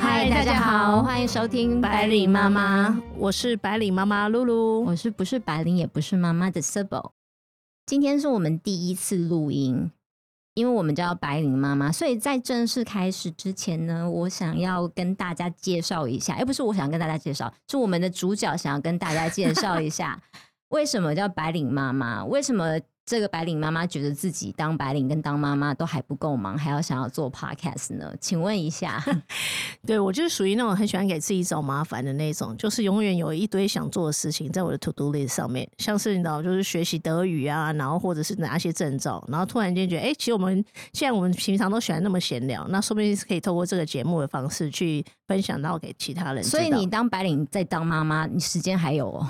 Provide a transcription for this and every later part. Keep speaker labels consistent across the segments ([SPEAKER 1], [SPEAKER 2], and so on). [SPEAKER 1] 好，欢迎收听
[SPEAKER 2] 白领妈妈，我是白领妈妈露露。
[SPEAKER 1] 我是不是白领也不是妈妈的 Sibo。今天是我们第一次录音，因为我们叫白领妈妈，所以在正式开始之前呢，我想要跟大家介绍一下，哎，不是我想跟大家介绍，是我们的主角想要跟大家介绍一 下，为什么叫白领妈妈，为什么。这个白领妈妈觉得自己当白领跟当妈妈都还不够忙，还要想要做 podcast 呢？请问一下，
[SPEAKER 2] 对我就是属于那种很喜欢给自己找麻烦的那种，就是永远有一堆想做的事情在我的 to do list 上面，像是你知道，就是学习德语啊，然后或者是拿一些证照，然后突然间觉得，哎、其实我们既然我们平常都喜欢那么闲聊，那说不定是可以透过这个节目的方式去分享到给其他人知道。
[SPEAKER 1] 所以你当白领再当妈妈，你时间还有哦。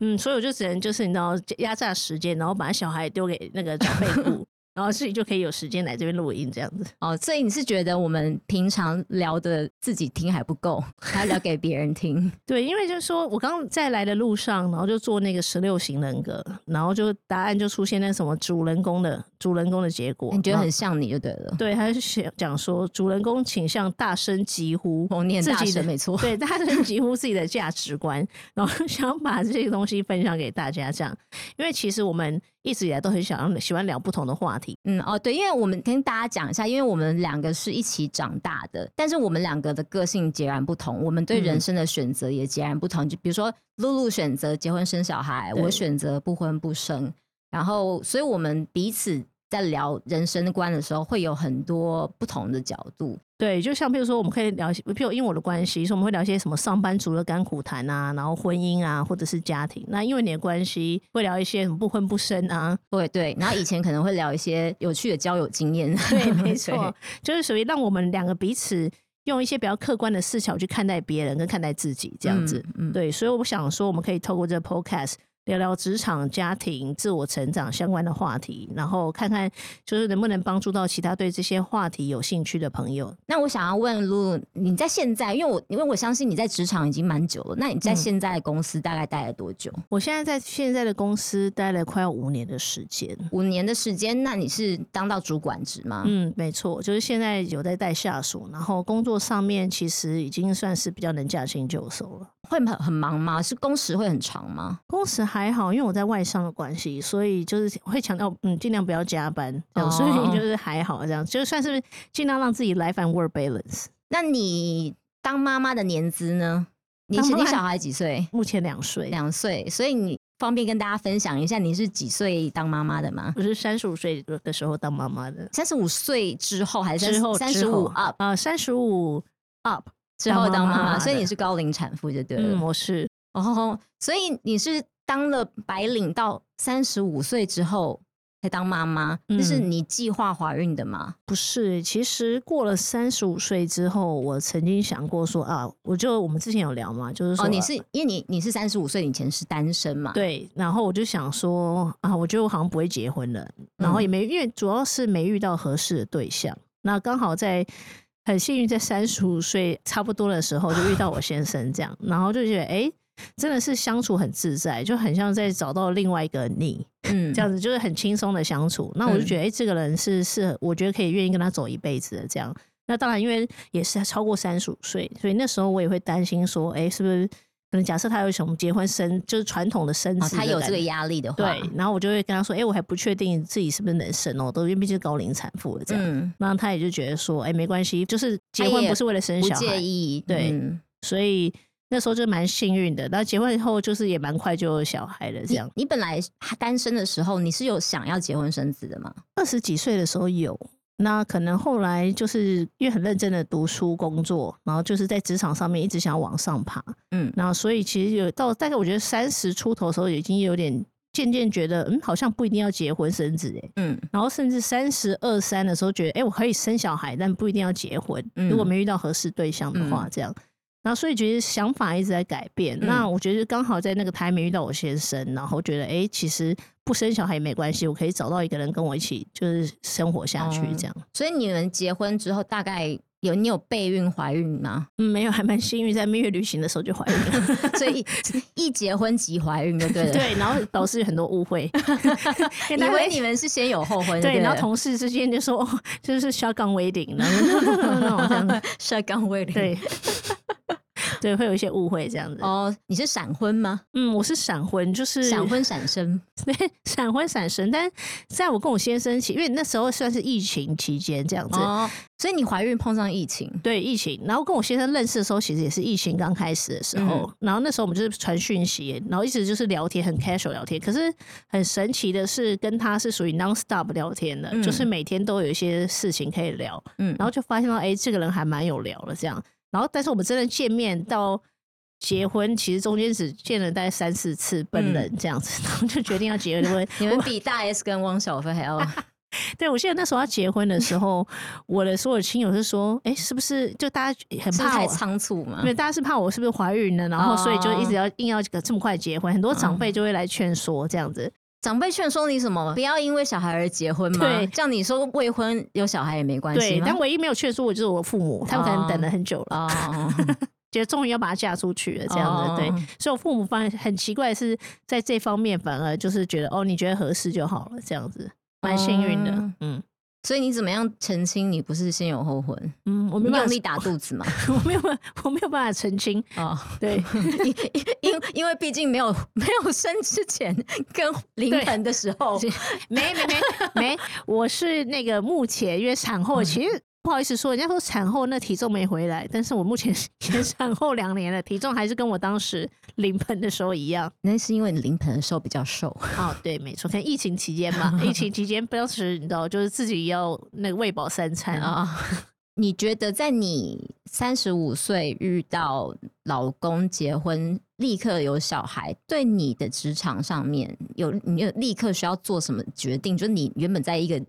[SPEAKER 2] 嗯，所以我就只能就是你知道压榨时间，然后把小孩丢给那个长辈 顾，然后自己就可以有时间来这边录音这样子。
[SPEAKER 1] 哦，所以你是觉得我们平常聊的自己听还不够，还要聊给别人 听？
[SPEAKER 2] 对，因为就是说我刚刚在来的路上，然后就做那个十六型人格，然后就答案就出现那什么主人公的主人公的结果，
[SPEAKER 1] 你觉得
[SPEAKER 2] 然后
[SPEAKER 1] 很像你就对了，
[SPEAKER 2] 对，他是讲说主人公倾向大声疾呼，
[SPEAKER 1] 我念
[SPEAKER 2] 自
[SPEAKER 1] 大
[SPEAKER 2] 己的
[SPEAKER 1] 神没错。
[SPEAKER 2] 对，大声疾呼自己的价值观，然后想把这些东西分享给大家，这样，因为其实我们一直以来都很想要喜欢聊不同的话题，
[SPEAKER 1] 嗯，哦，对，因为我们跟大家讲一下，因为我们两个是一起长大的，但是我们两个的个性截然不同，我们对人
[SPEAKER 2] 嗯
[SPEAKER 1] 生的选择也截然不同。就比如说，露露选择结婚生小孩，我
[SPEAKER 2] 对
[SPEAKER 1] 选择不婚不生，然后，所以我们彼此在聊人生观的时候，会有很多不同的角度。
[SPEAKER 2] 对，就像比如说，我们可以聊一些，譬如因为我的关系，所以我们会聊一些什么上班族的甘苦谈啊，然后婚姻啊，或者是家庭。那因为你的关系，会聊一些什么不婚不生啊，
[SPEAKER 1] 对对，然后以前可能会聊一些有趣的交友经验，
[SPEAKER 2] 对， 没错，就是属于让我们两个彼此用一些比较客观的视角去看待别人跟看待自己这样子。，
[SPEAKER 1] 嗯，嗯，
[SPEAKER 2] 对，所以我想说，我们可以透过这个 podcast 聊聊职场、家庭、自我成长相关的话题，然后看看就是能不能帮助到其他对这些话题有兴趣的朋友。
[SPEAKER 1] 那我想要问露露，你在现在，因为我因为我相信你在职场已经蛮久了，那你在
[SPEAKER 2] 嗯
[SPEAKER 1] 现在的公司大概待了多久？
[SPEAKER 2] 我现在在现在的公司待了快要五年的时间。
[SPEAKER 1] 五年的时间，那你是当到主管职吗？
[SPEAKER 2] 嗯，没错，就是现在有在带下属，然后工作上面其实已经算是比较能驾轻就熟了。
[SPEAKER 1] 会很很忙吗？是工时会很长吗？
[SPEAKER 2] 工时还好，因为我在外商的关系，所以就是会强调，嗯，尽量不要加班，这样，所
[SPEAKER 1] 哦
[SPEAKER 2] 以就是还好，这样就算是尽量让自己 life and work balance。
[SPEAKER 1] 那你当妈妈的年资呢？你
[SPEAKER 2] 当妈
[SPEAKER 1] 你
[SPEAKER 2] 妈
[SPEAKER 1] 小孩几岁？
[SPEAKER 2] 目前两岁，
[SPEAKER 1] 两岁，所以你方便跟大家分享一下你是几岁当妈妈的吗？
[SPEAKER 2] 我是三十五岁的时候当妈妈的，
[SPEAKER 1] 三十五岁之后还是
[SPEAKER 2] 之后
[SPEAKER 1] 三十五 up
[SPEAKER 2] 啊，三十五 up，
[SPEAKER 1] 之后当
[SPEAKER 2] 当妈
[SPEAKER 1] 妈 妈，
[SPEAKER 2] 妈
[SPEAKER 1] 所以
[SPEAKER 2] 的
[SPEAKER 1] 你是高龄产妇就对
[SPEAKER 2] 嗯，
[SPEAKER 1] 了。
[SPEAKER 2] 我是
[SPEAKER 1] 哦，所以你是当了白领到三十五岁之后才当妈妈，这是
[SPEAKER 2] 嗯
[SPEAKER 1] 你计划怀孕的吗？
[SPEAKER 2] 不是，其实过了三十五岁之后，我曾经想过说啊，我就我们之前有聊嘛，就是说、
[SPEAKER 1] 哦，你是因为你你是三十五岁以前是单身嘛？，
[SPEAKER 2] 对，然后我就想说啊，我觉得我好像不会结婚了，然
[SPEAKER 1] 嗯
[SPEAKER 2] 后也没，因为主要是没遇到合适的对象，那刚好在。很幸运，在三十五岁差不多的时候就遇到我先生，这样，然后就觉得，哎、真的是相处很自在，就很像在找到另外一个你，
[SPEAKER 1] 嗯
[SPEAKER 2] 这样子就是很轻松的相处。那我就
[SPEAKER 1] 嗯
[SPEAKER 2] 觉得，哎、这个人是适合，我觉得可以愿意跟他走一辈子的这样。那当然，因为也是超过三十五岁，所以那时候我也会担心说，哎、是不是可能假设他有什么结婚生，就是传统的生
[SPEAKER 1] 哦
[SPEAKER 2] 子、
[SPEAKER 1] 他有这个。啊压力的话，嗯
[SPEAKER 2] 对，然后我就会跟他说，哎、我还不确定自己是不是能生哦，都因为毕竟是高龄产妇了这样。
[SPEAKER 1] 嗯，
[SPEAKER 2] 那他也就觉得说，哎、没关系，就是结
[SPEAKER 1] 他
[SPEAKER 2] 婚
[SPEAKER 1] 也
[SPEAKER 2] 不是为了生
[SPEAKER 1] 不
[SPEAKER 2] 小孩，
[SPEAKER 1] 介意，
[SPEAKER 2] 对
[SPEAKER 1] 嗯
[SPEAKER 2] 所以那时候就蛮幸运的。那结婚以后就是也蛮快就有小孩了，这
[SPEAKER 1] 你
[SPEAKER 2] 样。
[SPEAKER 1] 你本来单身的时候，你是有想要结婚生子的吗？
[SPEAKER 2] 二十几岁的时候有，那可能后来就是因为很认真的读书工作，然后就是在职场上面一直想要往上爬，
[SPEAKER 1] 嗯，
[SPEAKER 2] 然后所以其实有到大概我觉得三十出头的时候，已经有点渐渐觉得，嗯，好像不一定要结婚生子哎、
[SPEAKER 1] 嗯，
[SPEAKER 2] 然后甚至三十二三的时候，觉得哎、诶我可以生小孩，但不一定要结婚。
[SPEAKER 1] 嗯
[SPEAKER 2] 如果没遇到合适对象的话，这样。然后所以觉得想法一直在改变。
[SPEAKER 1] 嗯
[SPEAKER 2] 那我觉得刚好在那个台美遇到我先生，然后觉得哎、诶其实不生小孩也没关系，我可以找到一个人跟我一起就是生活下去
[SPEAKER 1] 哦
[SPEAKER 2] 这样。
[SPEAKER 1] 所以你们结婚之后大概有你有备孕怀孕吗？
[SPEAKER 2] 嗯，没有，还蛮幸运，在蜜月旅行的时候就怀孕了。
[SPEAKER 1] 所以一结婚即怀孕 就对了。
[SPEAKER 2] 对，然后导致很多误 会，
[SPEAKER 1] 以
[SPEAKER 2] 大家
[SPEAKER 1] 为你们是先有后婚 就
[SPEAKER 2] 对，
[SPEAKER 1] 对
[SPEAKER 2] 然
[SPEAKER 1] 了，
[SPEAKER 2] 后 同事之间就说哦，这是小港 waiting，然后那种这样 子，
[SPEAKER 1] 射岗位里
[SPEAKER 2] 对， 对，会有一些误会这样子。
[SPEAKER 1] 哦，你是闪婚吗？
[SPEAKER 2] 嗯，我是闪婚，就是
[SPEAKER 1] 闪婚闪生，
[SPEAKER 2] 对，闪婚闪神，但在我跟我先生起，因为那时候算是疫情期间这样子，
[SPEAKER 1] 哦，所以你怀孕碰上疫情，
[SPEAKER 2] 对疫情，然后跟我先生认识的时候，其实也是疫情刚开始的时候，
[SPEAKER 1] 嗯
[SPEAKER 2] 然后那时候我们就是传讯息，然后一直就是聊天，很 casual 聊天。可是很神奇的是，跟他是属于 non stop 聊天的，
[SPEAKER 1] 嗯
[SPEAKER 2] 就是每天都有一些事情可以聊，
[SPEAKER 1] 嗯，
[SPEAKER 2] 然后就发现到，哎、这个人还蛮有聊的这样。然后，但是我们真的见面到结婚，其实中间只见了大概三四次本人这样子，然后就决定要结婚。
[SPEAKER 1] 嗯 你们比大 S 跟汪小菲 还要
[SPEAKER 2] 对，我记得那时候要结婚的时候，我的所有亲友是说，哎、是不是就大家很
[SPEAKER 1] 是不是
[SPEAKER 2] 怕
[SPEAKER 1] 太
[SPEAKER 2] 我？
[SPEAKER 1] 仓促嘛
[SPEAKER 2] 因？为大家是怕我是不是怀孕了，然后所以就一
[SPEAKER 1] 哦
[SPEAKER 2] 直要硬要这么快结婚，很多长辈就会来劝说这样子。
[SPEAKER 1] 长辈劝说你什么？不要因为小孩而结婚嘛。
[SPEAKER 2] 对
[SPEAKER 1] 这样你说未婚有小孩也没关系
[SPEAKER 2] 对，
[SPEAKER 1] 吗
[SPEAKER 2] 但？唯一没有劝说我就是我父母，他们可能等了很久了，
[SPEAKER 1] 哦，
[SPEAKER 2] 觉得终于要把她嫁出去了这样子。
[SPEAKER 1] 哦
[SPEAKER 2] 对，所以我父母反而很奇怪的是在这方面反而就是觉得哦，你觉得合适就好了这样子，蛮幸运的
[SPEAKER 1] 哦。
[SPEAKER 2] 嗯
[SPEAKER 1] 所以你怎么样澄清你不是先有后婚？
[SPEAKER 2] 嗯， 我没
[SPEAKER 1] 你
[SPEAKER 2] 办法
[SPEAKER 1] 用力，打肚子 嘛？
[SPEAKER 2] 我没有办法，我没有办法澄清。
[SPEAKER 1] 哦，
[SPEAKER 2] 对，
[SPEAKER 1] 因因因为毕竟没有 没有生之前跟临
[SPEAKER 2] 对
[SPEAKER 1] 盆的时 候，
[SPEAKER 2] 没没没没，我是那个目前因为产后，其实不好意思说，人家说产后那体重没回来，但是我目前 是也产后两年了，体重还是跟我当时临盆的时候一样。
[SPEAKER 1] 那是因为你临盆的时候比较瘦。
[SPEAKER 2] 哦，对，没错，可能疫情期间嘛，疫情期间当时你知道，就是自己要那个喂饱三餐啊。
[SPEAKER 1] 啊、你觉得在你三十五岁遇到老公结婚，立刻有小孩，对你的职场上面有你有立刻需要做什么决定？就是你原本在一个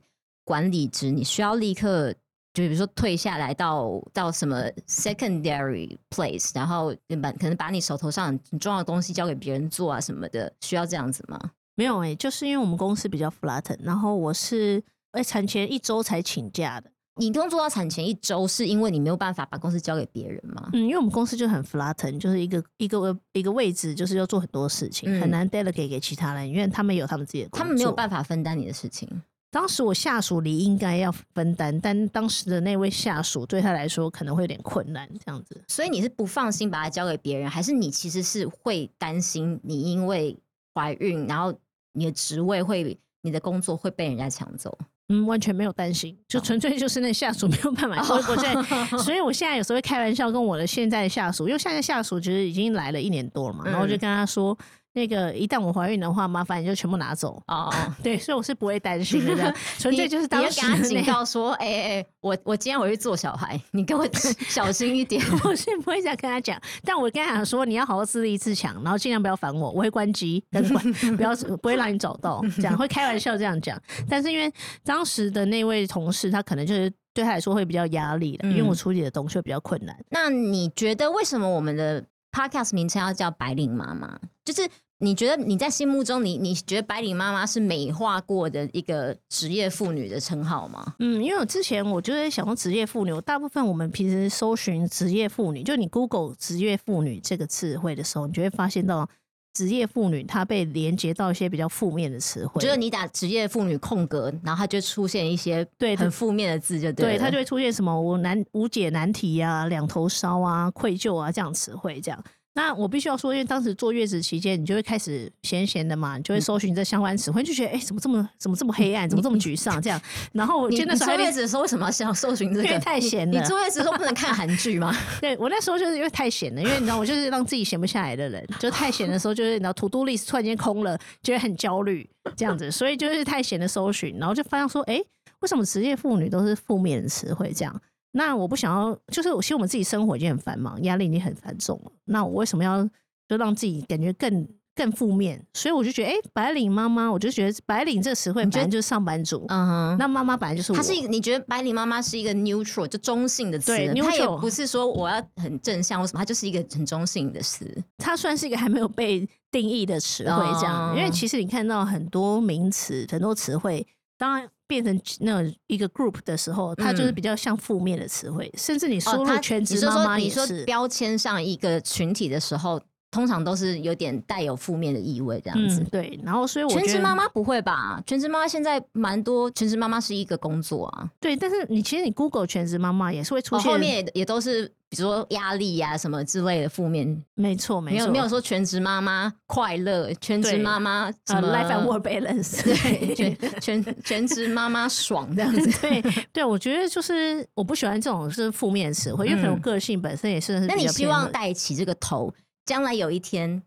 [SPEAKER 1] 管理职，你需要立刻。就比如说退下来到到什么 secondary place，然后把可能把你手头上很重要的东西交给别人做啊什么的，需要这样子吗？
[SPEAKER 2] 没有哎、就是因为我们公司比较 flat，然后我是哎产前一周才请假的。
[SPEAKER 1] 你工作到产前一周，是因为你没有办法把公司交给别人吗？
[SPEAKER 2] 嗯，因为我们公司就很 flatten，就是一个一个一个位置，就是要做很多事情，
[SPEAKER 1] 嗯
[SPEAKER 2] 很难 delegate 给其他人，因为他们有他们自己的工作。
[SPEAKER 1] 他们没有
[SPEAKER 2] 法。
[SPEAKER 1] 办法分担你的事情。
[SPEAKER 2] 当时我下属理应该要分担，但当时的那位下属对他来说可能会有点困难，这样子。
[SPEAKER 1] 所以你是不放心把它交给别人，还是你其实是会担心你因为怀孕，然后你的职位会、你的工作会被人家抢走？
[SPEAKER 2] 嗯，完全没有担心，
[SPEAKER 1] 哦
[SPEAKER 2] 就纯粹就是那下属没有 办法我我在，所以我现在有时候会开玩笑跟我的现在的下属，因为现在的下属其实已经来了一年多了嘛，
[SPEAKER 1] 嗯
[SPEAKER 2] 然后我就跟他说，那个一旦我怀孕的话，麻烦你就全部拿走。
[SPEAKER 1] 哦，
[SPEAKER 2] 对，所以我是不会担心的， 这样纯粹就是当
[SPEAKER 1] 你要
[SPEAKER 2] 时
[SPEAKER 1] 给他
[SPEAKER 2] 的那
[SPEAKER 1] 警告说，哎哎、哎我我今天回去做小孩，你给我 小心一点。
[SPEAKER 2] 我是不会这样跟他讲，但我跟他讲说，你要好好自立自强，然后尽量不要烦我，我会关机，但是关不要不会让你找到，这样会开玩笑这样讲。但是因为当时的那位同事，他可能就是对他来说会比较压力的，因为
[SPEAKER 1] 嗯
[SPEAKER 2] 我处理的东西会比较困难。
[SPEAKER 1] 那你觉得为什么我们的 podcast 名称要叫“白领妈妈”？就是你觉得你在心目中你，你觉得“白领妈妈”是美化过的一个职业妇女的称号吗？
[SPEAKER 2] 嗯，因为我之前我就是想说职业妇女，我大部分我们平时搜寻职业妇女，就你 Google 职业妇女这个词汇的时候，你就会发现到职业妇女她被连接到一些比较负面的词汇，
[SPEAKER 1] 就是你打职业妇女空格，然后它就出现一些
[SPEAKER 2] 对
[SPEAKER 1] 很负面的字，就对
[SPEAKER 2] 对，
[SPEAKER 1] 了
[SPEAKER 2] 它就会出现什么我难无解难题呀、两头烧啊、愧疚啊这样词汇这样。那我必须要说，因为当时坐月子期间，你就会开始闲闲的嘛，你
[SPEAKER 1] 嗯
[SPEAKER 2] 就会搜寻这相关词汇，就觉得哎、诶怎么这么怎么这么黑暗，怎么这么沮丧这样。然后我
[SPEAKER 1] 你
[SPEAKER 2] 记得那
[SPEAKER 1] 你
[SPEAKER 2] 时候还
[SPEAKER 1] 坐
[SPEAKER 2] 有
[SPEAKER 1] 月
[SPEAKER 2] 点
[SPEAKER 1] 子的时候为什么要想搜寻这
[SPEAKER 2] 因
[SPEAKER 1] 个？
[SPEAKER 2] 为太闲
[SPEAKER 1] 你
[SPEAKER 2] 了
[SPEAKER 1] 你坐月子的时候不能看韩剧 吗？
[SPEAKER 2] 对我那时候就是因为太闲了，因为你知道我就是让自己闲不下来的人，就太闲的时候就是你知道 to do list 突然间空了，觉得很焦虑这样子，所以就是太闲的搜寻，然后就发现说，哎、为什么职业妇女都是负面的词汇这样？那我不想要，就是我其实我们自己生活已经很繁忙，压力已经很繁重了，那我为什么要就让自己感觉更更负面？所以我就觉得，哎、白领妈妈，我就觉得白领这词汇
[SPEAKER 1] 你觉
[SPEAKER 2] 本
[SPEAKER 1] 得
[SPEAKER 2] 来就是上班族，
[SPEAKER 1] 嗯哼。
[SPEAKER 2] 那妈妈本来就是我，
[SPEAKER 1] 它是一个，你觉得白领妈妈是一个 neutral 就中性的词，
[SPEAKER 2] 对
[SPEAKER 1] 它也
[SPEAKER 2] neutral
[SPEAKER 1] 不是说我要很正向或什么，它就是一个很中性的词。
[SPEAKER 2] 它算是一个还没有被定义的词汇，这样。
[SPEAKER 1] 哦
[SPEAKER 2] 因为其实你看到很多名词、很多词汇，当然变成那种一个 group 的时候，它就是比较像负面的词汇，甚至你
[SPEAKER 1] 嗯哦
[SPEAKER 2] 输入
[SPEAKER 1] 他
[SPEAKER 2] 全
[SPEAKER 1] 你
[SPEAKER 2] 职
[SPEAKER 1] 是
[SPEAKER 2] 妈
[SPEAKER 1] 说
[SPEAKER 2] 妈
[SPEAKER 1] 你
[SPEAKER 2] 也
[SPEAKER 1] 说
[SPEAKER 2] 是，
[SPEAKER 1] 标签上一个群体的时候，通常都是有点带有负面的意味这样子。
[SPEAKER 2] 嗯，对。然后所以我
[SPEAKER 1] 全
[SPEAKER 2] 觉
[SPEAKER 1] 职
[SPEAKER 2] 得
[SPEAKER 1] 妈妈不会吧？全职妈妈现在蛮多，全职妈妈是一个工作啊，
[SPEAKER 2] 对，但是你其实你 Google 全职妈妈也是会出
[SPEAKER 1] 哦、
[SPEAKER 2] 现，
[SPEAKER 1] 后面也也都是比如说压力呀、什么之类的负面，
[SPEAKER 2] 没错没
[SPEAKER 1] 没
[SPEAKER 2] 错，
[SPEAKER 1] 有没有说全职妈妈快乐，全职
[SPEAKER 2] 对
[SPEAKER 1] 妈妈什
[SPEAKER 2] 呃
[SPEAKER 1] 么、
[SPEAKER 2] life and work balance，
[SPEAKER 1] 对，全全全职妈妈爽这样 子。
[SPEAKER 2] 对对，我觉得就是我不喜欢这种是负面的词汇，因为可能我
[SPEAKER 1] 嗯
[SPEAKER 2] 个性本身也是。
[SPEAKER 1] 那你希望带起这个头，将来有一天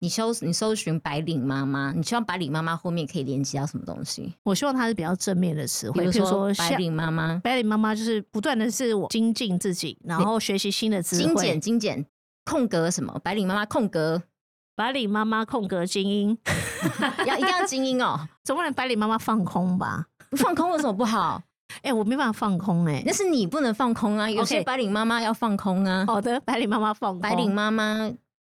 [SPEAKER 1] 你搜你搜寻白领妈妈，你希望白领妈妈后面可以连接到什么东西？
[SPEAKER 2] 我希望它是比较正面的词
[SPEAKER 1] 比
[SPEAKER 2] 汇，
[SPEAKER 1] 如
[SPEAKER 2] 譬如
[SPEAKER 1] 说
[SPEAKER 2] 说
[SPEAKER 1] 白
[SPEAKER 2] 像
[SPEAKER 1] 领妈妈，
[SPEAKER 2] 白领妈妈，就是不断的是我精进自己，然后学习新的词
[SPEAKER 1] 精
[SPEAKER 2] 汇
[SPEAKER 1] 简。精简空格什么？白领妈妈空格
[SPEAKER 2] 白领妈妈空格精英，
[SPEAKER 1] 要一定要精英哦，
[SPEAKER 2] 总不能白领妈妈放空吧？
[SPEAKER 1] 不放空有什么不好？
[SPEAKER 2] 哎、我没办法放空哎、
[SPEAKER 1] 那是你不能放空啊，有些
[SPEAKER 2] OK 哦
[SPEAKER 1] 白领妈妈要放空啊，
[SPEAKER 2] 好的，白领妈妈放空。
[SPEAKER 1] 白领妈妈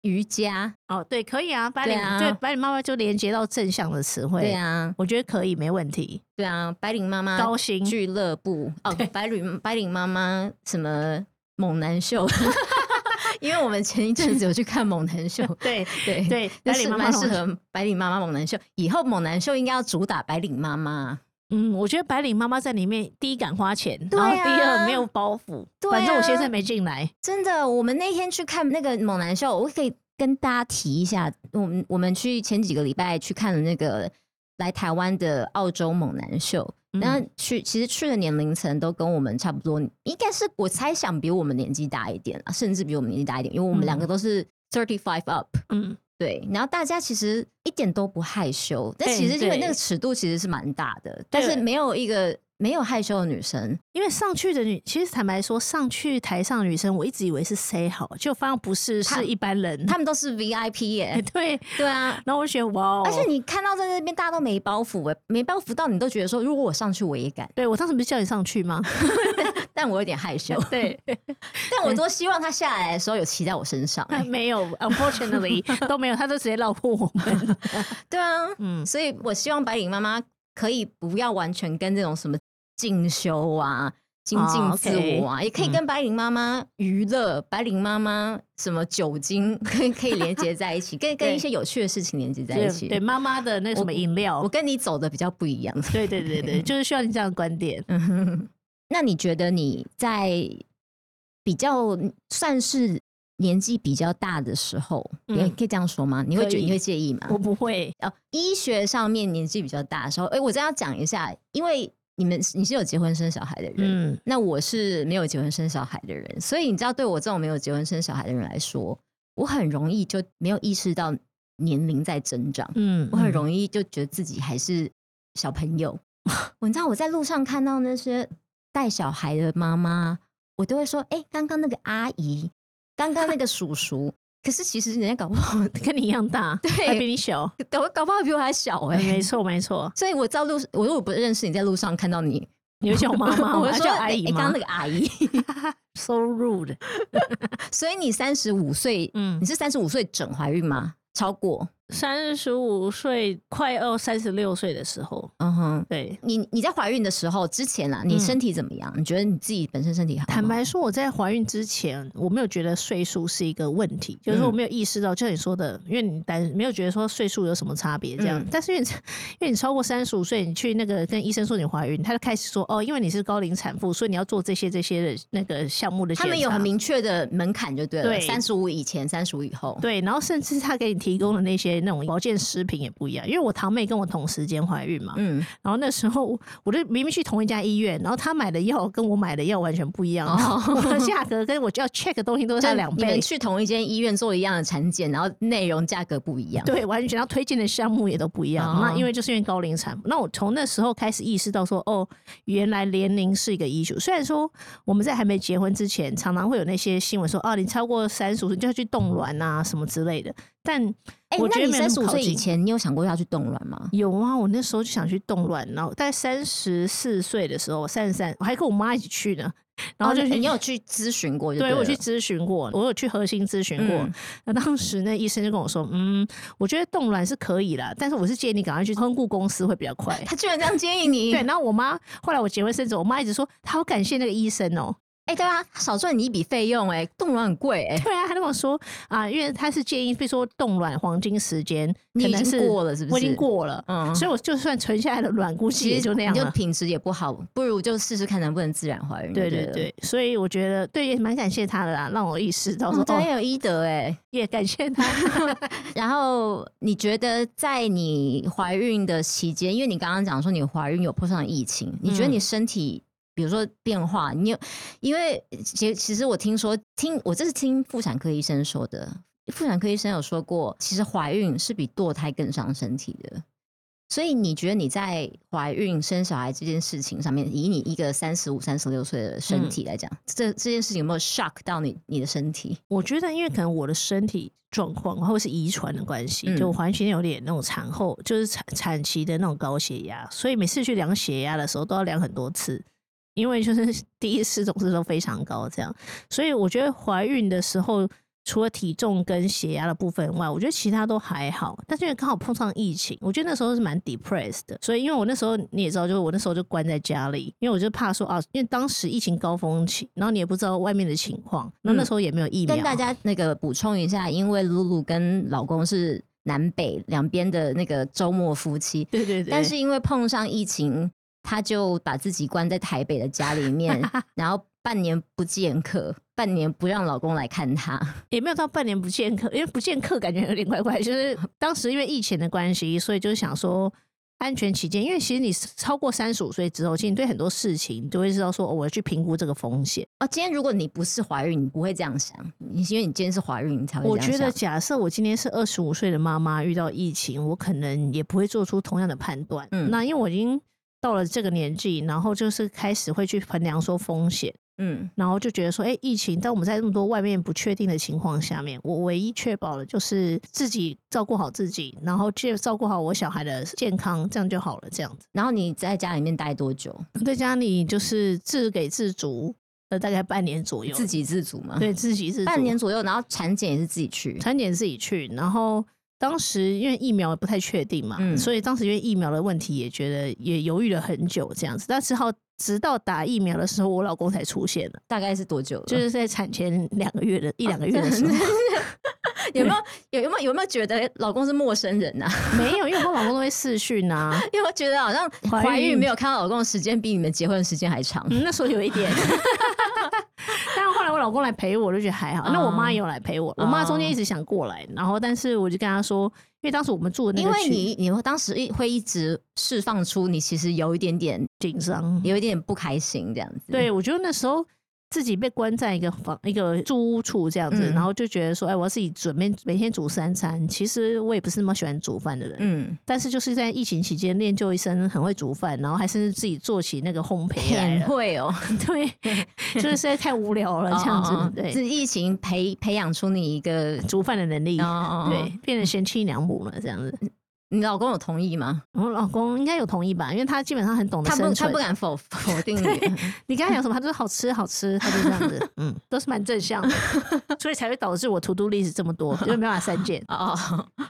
[SPEAKER 1] 瑜伽，
[SPEAKER 2] 哦，对，可以啊，白领
[SPEAKER 1] 对啊
[SPEAKER 2] 对白领妈妈就连接到正向的词汇。
[SPEAKER 1] 对，啊
[SPEAKER 2] 我觉得可以，没问题。
[SPEAKER 1] 对啊，白领妈妈
[SPEAKER 2] 高薪
[SPEAKER 1] 俱乐部嗯哦，白领白领妈妈什么猛男 秀，因为我们前一阵子有去看猛男秀，
[SPEAKER 2] 对
[SPEAKER 1] 对，
[SPEAKER 2] 对，
[SPEAKER 1] 那
[SPEAKER 2] 白
[SPEAKER 1] 是
[SPEAKER 2] 领妈妈
[SPEAKER 1] 蛮适
[SPEAKER 2] 同学
[SPEAKER 1] 合白领妈妈猛男秀。以后猛男秀应该要主打白领妈妈，
[SPEAKER 2] 嗯，我觉得白领妈妈在里面，第一敢花钱，
[SPEAKER 1] 对
[SPEAKER 2] 然后第
[SPEAKER 1] 啊
[SPEAKER 2] 二没有包袱，
[SPEAKER 1] 对
[SPEAKER 2] 反正我
[SPEAKER 1] 啊
[SPEAKER 2] 现在没进来。
[SPEAKER 1] 真的。我们那天去看那个猛男秀，我可以跟大家提一下，我们我们去前几个礼拜去看了那个来台湾的澳洲猛男秀。
[SPEAKER 2] 嗯
[SPEAKER 1] 那去其实去的年龄层都跟我们差不多，应该是我猜想比我们年纪大一点啊，甚至比我们年纪大一点，因为我
[SPEAKER 2] 嗯
[SPEAKER 1] 们两个都是 thirty five up，
[SPEAKER 2] 嗯，
[SPEAKER 1] 对，然后大家其实一点都不害羞，但其实
[SPEAKER 2] 对
[SPEAKER 1] 因为
[SPEAKER 2] 哎对
[SPEAKER 1] 那个尺度其实是蛮大的，但是没有一个没有害羞的女生，
[SPEAKER 2] 因为上去的女，其实坦白说，上去台上的女生，我一直以为是 say 好，就发现不是，
[SPEAKER 1] 她
[SPEAKER 2] 是一般人。
[SPEAKER 1] 她们都是 VIP
[SPEAKER 2] 哎
[SPEAKER 1] 耶，
[SPEAKER 2] 对，
[SPEAKER 1] 对啊。
[SPEAKER 2] 然后我就觉得哇哦，
[SPEAKER 1] 而且你看到在那边大家都没包袱哎，没包袱到你都觉得说，如果我上去我也敢，
[SPEAKER 2] 对我当时不是叫你上去吗？
[SPEAKER 1] 但我有点害羞。
[SPEAKER 2] 对，
[SPEAKER 1] 但我多希望她下来的时候有骑在我身上哎。
[SPEAKER 2] 没 有，unfortunately 都没有，他都直接绕过我们。
[SPEAKER 1] 对啊，
[SPEAKER 2] 嗯，
[SPEAKER 1] 所以我希望白领妈妈可以不要完全跟这种什么进修啊、精
[SPEAKER 2] 哦
[SPEAKER 1] 进自我啊，也
[SPEAKER 2] 嗯
[SPEAKER 1] 可以跟白领妈妈娱乐、白领妈妈什么酒精 可以可以连接在一起，跟跟
[SPEAKER 2] 对
[SPEAKER 1] 一些有趣的事情连接在一起。
[SPEAKER 2] 对对，妈妈的那什么饮料
[SPEAKER 1] 我，跟你走的比较不一样。
[SPEAKER 2] 对对对 对，就是需要你这样的观点。
[SPEAKER 1] 嗯哼， 那你觉得你在比较算是年纪比较大的时候，
[SPEAKER 2] 嗯
[SPEAKER 1] 也可以这样说吗？你会觉
[SPEAKER 2] 可
[SPEAKER 1] 得
[SPEAKER 2] 以
[SPEAKER 1] 你会介意吗？
[SPEAKER 2] 我不会，
[SPEAKER 1] 哦，医学上面年纪比较大的时候，哎、我这样讲一下，因为你们你是有结婚生小孩的人，
[SPEAKER 2] 嗯，
[SPEAKER 1] 那我是没有结婚生小孩的人，所以你知道，对我这种没有结婚生小孩的人来说，我很容易就没有意识到年龄在增长，
[SPEAKER 2] 嗯，
[SPEAKER 1] 我很
[SPEAKER 2] 易。
[SPEAKER 1] 容易就觉得自己还是小朋友。 我你知道我在路上看到那些带小孩的妈妈，我都会说，哎、刚刚那个阿姨，刚刚那个叔叔。可是其实人家搞不好，
[SPEAKER 2] 跟你一样大，
[SPEAKER 1] 对
[SPEAKER 2] 还比你小，
[SPEAKER 1] 搞搞不好比我还小哎、
[SPEAKER 2] 没错没错。
[SPEAKER 1] 所以我在路，我如果不认识你，在路上看到你，
[SPEAKER 2] 你会叫妈妈，
[SPEAKER 1] 我
[SPEAKER 2] 我
[SPEAKER 1] 就
[SPEAKER 2] 叫
[SPEAKER 1] 说
[SPEAKER 2] 阿
[SPEAKER 1] 哎
[SPEAKER 2] 姨
[SPEAKER 1] 哎刚
[SPEAKER 2] 吗
[SPEAKER 1] 刚那个阿姨。
[SPEAKER 2] ？So rude。
[SPEAKER 1] 所以你三十五岁，
[SPEAKER 2] 嗯
[SPEAKER 1] 你，是三十五岁整怀孕吗？超过，
[SPEAKER 2] 三十五岁快要三十六岁的时候，
[SPEAKER 1] 嗯哼。
[SPEAKER 2] 对。
[SPEAKER 1] 你你在怀孕的时候之前啦，你
[SPEAKER 2] 嗯
[SPEAKER 1] 身体怎么样？你觉得你自己本身身体好吗？
[SPEAKER 2] 坦白说，我在怀孕之前，我没有觉得岁数是一个问题，就是说我没有意识到，就像你说的，因为你担没有觉得说岁数有什么差别这样。
[SPEAKER 1] 嗯
[SPEAKER 2] 但是因为你因为你超过三十五岁，你去那个跟医生说你怀孕，他就开始说哦，因为你是高龄产妇，所以你要做这些这些的那个项目的检
[SPEAKER 1] 他
[SPEAKER 2] 查。
[SPEAKER 1] 们有很明确的门槛就对了，
[SPEAKER 2] 对
[SPEAKER 1] 三十五以前，三十五以后。
[SPEAKER 2] 对，然后甚至他给你提供的那些那种保健食品也不一样，因为我堂妹跟我同时间怀孕嘛，
[SPEAKER 1] 嗯，
[SPEAKER 2] 然后那时候我就明明去同一家医院，然后他买的药跟我买的药完全不一样，然后我的价格跟我就要 check 的东西都是
[SPEAKER 1] 哦 就
[SPEAKER 2] 他两
[SPEAKER 1] 你们
[SPEAKER 2] 倍，
[SPEAKER 1] 去同一间医院做一样的产检，然后内容价格不一样。
[SPEAKER 2] 对，完全要推荐的项目也都不一样。
[SPEAKER 1] 哦
[SPEAKER 2] 那因为就是因为高龄产妇，那我从那时候开始意识到说，哦，原来年龄是一个 issue。虽然说我们在还没结婚之前，常常会有那些新闻说，啊，你超过三十岁就要去冻卵啊什么之类的，但
[SPEAKER 1] 哎、
[SPEAKER 2] 我觉
[SPEAKER 1] 那
[SPEAKER 2] 得
[SPEAKER 1] 你
[SPEAKER 2] 没有
[SPEAKER 1] 三
[SPEAKER 2] 那
[SPEAKER 1] 十
[SPEAKER 2] 么
[SPEAKER 1] 五
[SPEAKER 2] 靠
[SPEAKER 1] 岁以
[SPEAKER 2] 近。
[SPEAKER 1] 前，你有想过要去冻卵吗？
[SPEAKER 2] 有啊，我那时候就想去动乱，然后在三十四岁的时候，三十三，我还跟我妈一起去呢，然后就
[SPEAKER 1] 哦
[SPEAKER 2] 去、
[SPEAKER 1] 你你有去咨询过就
[SPEAKER 2] 对
[SPEAKER 1] 对
[SPEAKER 2] 我去
[SPEAKER 1] 了
[SPEAKER 2] 咨询过，我有去核心咨询过
[SPEAKER 1] 嗯。
[SPEAKER 2] 那、当时那医生就跟我说，嗯，我觉得冻卵是可以啦，但是我是建议你赶快去婚顾公司会比较快。
[SPEAKER 1] 他居然这样建议 你？
[SPEAKER 2] 对，然后我妈后来我结婚生子，我妈一直说她好感谢那个医生哦、
[SPEAKER 1] 哎、对啊，少赚你一笔费用、哎，冻卵很贵、哎，
[SPEAKER 2] 对啊，他跟我说啊，因为他是建议，比如说冻卵黄金时间，
[SPEAKER 1] 你
[SPEAKER 2] 可
[SPEAKER 1] 已
[SPEAKER 2] 能
[SPEAKER 1] 经
[SPEAKER 2] 是
[SPEAKER 1] 过了是不
[SPEAKER 2] 我已经
[SPEAKER 1] 是
[SPEAKER 2] 过了，
[SPEAKER 1] 嗯
[SPEAKER 2] 所以我就算存下来的卵，估计也就那样
[SPEAKER 1] 你就
[SPEAKER 2] 了。
[SPEAKER 1] 品质也不好，不如就试试看能不能自然怀孕。
[SPEAKER 2] 对
[SPEAKER 1] 对
[SPEAKER 2] 对
[SPEAKER 1] 了，
[SPEAKER 2] 对，所以我觉得对，也蛮感谢他的啦，让我意识到说
[SPEAKER 1] 哦，对，很
[SPEAKER 2] 哦，
[SPEAKER 1] 有医德哎。
[SPEAKER 2] 也感谢他。
[SPEAKER 1] 然后你觉得在你怀孕的期间，因为你刚刚讲说你怀孕有碰上疫情，你觉得
[SPEAKER 2] 嗯
[SPEAKER 1] 你身体？比如说变化，你有因为其其实我听说听我这是听妇产科医生说的，妇产科医生有说过，其实怀孕是比堕胎更伤身体的。所以你觉得你在怀孕生小孩这件事情上面，以你一个三十五、三十六岁的身
[SPEAKER 2] 嗯
[SPEAKER 1] 体来讲，这这件事情有没有 shock 到你你的身体？
[SPEAKER 2] 我觉得，因为可能我的身体状况或是遗传的关系，
[SPEAKER 1] 嗯
[SPEAKER 2] 就我怀孕期间有点那种产后就是产产期的那种高血压，所以每次去量血压的时候都要量很多次，因为就是 第一次总是都非常高这样。所以我觉得怀孕的时候，除了体重跟血压的部分外，我觉得其他都还好。但是因为刚好碰上疫情，我觉得那时候是蛮 depressed 的。所以因为我那时候你也知道，就是我那时候就关在家里，因为我就怕说啊，因为当时疫情高峰期，然后你也不知道外面的情况，那那时候也没有疫苗。
[SPEAKER 1] 跟大家那个补充一下，因为露露跟老公是南北两边的那个周末夫妻，
[SPEAKER 2] 对对对，
[SPEAKER 1] 但是因为碰上疫情，他就把自己关在台北的家里 面，然后半年不见客，半年不让老公来看她。
[SPEAKER 2] 也没有到半年不见客，因为不见客感觉有点怪怪。 就是当时因为疫情的关系，所以就是想说安全起见，因为其实你超过三十五岁之后，其实你对很多事情你就会知道说，哦、我要去评估这个风险。
[SPEAKER 1] 哦，今天如果你不是怀孕，你不会这样想，你因为你今天是怀孕，你才会
[SPEAKER 2] 我
[SPEAKER 1] 这样
[SPEAKER 2] 觉得
[SPEAKER 1] 想
[SPEAKER 2] 假设我今天是二十五岁的妈妈，遇到疫情，我可能也不会做出同样的判断。
[SPEAKER 1] 嗯
[SPEAKER 2] 那因为我已经到了这个年纪，然后就是开始会去衡量说风险。
[SPEAKER 1] 嗯，
[SPEAKER 2] 然后就觉得说，哎、疫情，当我们在那么多外面不确定的情况下面，我唯一确保的就是自己照顾好自己，然后去照顾好我小孩的健康，这样就好了。这样子，
[SPEAKER 1] 然后你在家里面待多久？
[SPEAKER 2] 在家里就是自给自足了大概半年左右，
[SPEAKER 1] 自给自足吗？，
[SPEAKER 2] 对自给自足
[SPEAKER 1] 半年左右，然后产检也是自己去。
[SPEAKER 2] 产检自己去，然后。当时因为疫苗不太确定嘛，
[SPEAKER 1] 嗯
[SPEAKER 2] 所以当时因为疫苗的问题，也觉得也犹豫了很久这样子。但只好直到打疫苗的时候，我老公才出现了，
[SPEAKER 1] 大概是多久了？
[SPEAKER 2] 就是在产前两个月的一
[SPEAKER 1] 哦
[SPEAKER 2] 两个月的 时候，
[SPEAKER 1] 有没有有有没有有没有觉得老公是陌生人呐、啊？
[SPEAKER 2] 没有，因为我老公都会视讯啊。
[SPEAKER 1] 有没有觉得好像
[SPEAKER 2] 怀
[SPEAKER 1] 怀孕
[SPEAKER 2] 孕
[SPEAKER 1] 没有看到老公的时间比你们结婚的时间还长？
[SPEAKER 2] 嗯，那时候有一点， 但后来我老公来陪我，我就觉得还
[SPEAKER 1] 哦
[SPEAKER 2] 好。那我妈也有来陪我，我妈中间一直想过来，然后但是我就跟她说，因为当时我们住的那
[SPEAKER 1] 因
[SPEAKER 2] 个
[SPEAKER 1] 为
[SPEAKER 2] 区
[SPEAKER 1] 你你会当时一会一直释放出你其实有一点点
[SPEAKER 2] 紧张，
[SPEAKER 1] 有一点不开心这样子。
[SPEAKER 2] 对我觉得那时候。自己被关在一个房、一个住屋处这样子，
[SPEAKER 1] 嗯
[SPEAKER 2] 然后就觉得说，哎，我要自己准备每天煮三餐。其实我也不是那么喜欢煮饭的人，
[SPEAKER 1] 嗯，
[SPEAKER 2] 但是就是在疫情期间练就一身很会煮饭，然后还甚至自己做起那个烘焙来
[SPEAKER 1] 很
[SPEAKER 2] 了。
[SPEAKER 1] 会哦，
[SPEAKER 2] 对，就是实在太无聊了，这样子。
[SPEAKER 1] 哦哦哦
[SPEAKER 2] 对，
[SPEAKER 1] 是疫情培培养出你一个
[SPEAKER 2] 煮饭的能力，
[SPEAKER 1] 哦哦，
[SPEAKER 2] 对
[SPEAKER 1] 哦，
[SPEAKER 2] 变成贤妻良母了这样子。
[SPEAKER 1] 你老公有同意吗？
[SPEAKER 2] 我老公应该有同意吧，因为他基本上很懂得
[SPEAKER 1] 他不
[SPEAKER 2] 生
[SPEAKER 1] 他
[SPEAKER 2] 存
[SPEAKER 1] 不。敢否否定你。
[SPEAKER 2] 你跟他讲什么，他就是好吃好吃，他就这样 子，嗯，都是蛮正向 的，所以才会导致我 to do list 这么 多，因为没办法删减。
[SPEAKER 1] 哦，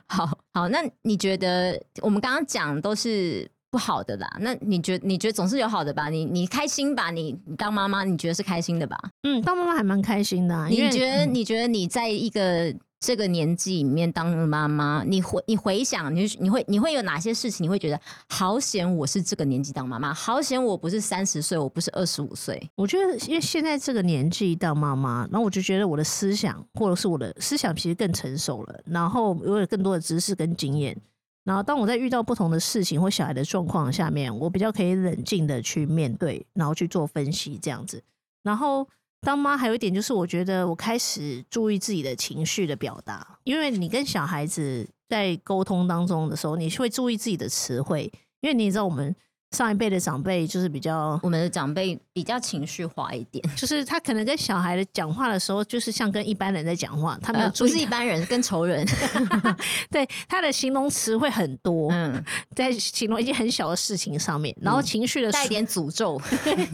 [SPEAKER 1] 好好，那你觉得我们刚刚讲都是不好的啦？那你觉你觉得总是有好的吧？你你开心吧？你你当妈妈，你觉得是开心的吧？
[SPEAKER 2] 嗯，当妈妈还蛮开心的啊、
[SPEAKER 1] 你
[SPEAKER 2] 因为
[SPEAKER 1] 觉得
[SPEAKER 2] 嗯
[SPEAKER 1] 你觉得你在一个这个年纪里面当了妈妈，你回你回想，你你会你会有哪些事情？你会觉得好险我是这个年纪当妈妈，好险我不是三十岁，我不是二十五岁。
[SPEAKER 2] 我觉得，因为现在这个年纪当妈妈，然后我就觉得我的思想或者是我的思想其实更成熟了，然后我有更多的知识跟经验。然后当我在遇到不同的事情或小孩的状况下面，我比较可以冷静的去面对，然后去做分析这样子。然后当妈还有一点就是，我觉得我开始注意自己的情绪的表达，因为你跟小孩子在沟通当中的时候，你是会注意自己的词汇，因为你也知道我们上一辈的长辈就是比较，
[SPEAKER 1] 我们的长辈比较情绪化一点，
[SPEAKER 2] 就是他可能跟小孩的讲话的时候，就是像跟一般人在讲话，他没有
[SPEAKER 1] 呃，
[SPEAKER 2] 注
[SPEAKER 1] 不是
[SPEAKER 2] 意
[SPEAKER 1] 一
[SPEAKER 2] 到、
[SPEAKER 1] 般人，跟仇 人。
[SPEAKER 2] 对他的形容词会很多，
[SPEAKER 1] 嗯，
[SPEAKER 2] 在形容一件很小的事情上面，然后情绪的
[SPEAKER 1] 带
[SPEAKER 2] 疏
[SPEAKER 1] 一点 诅咒。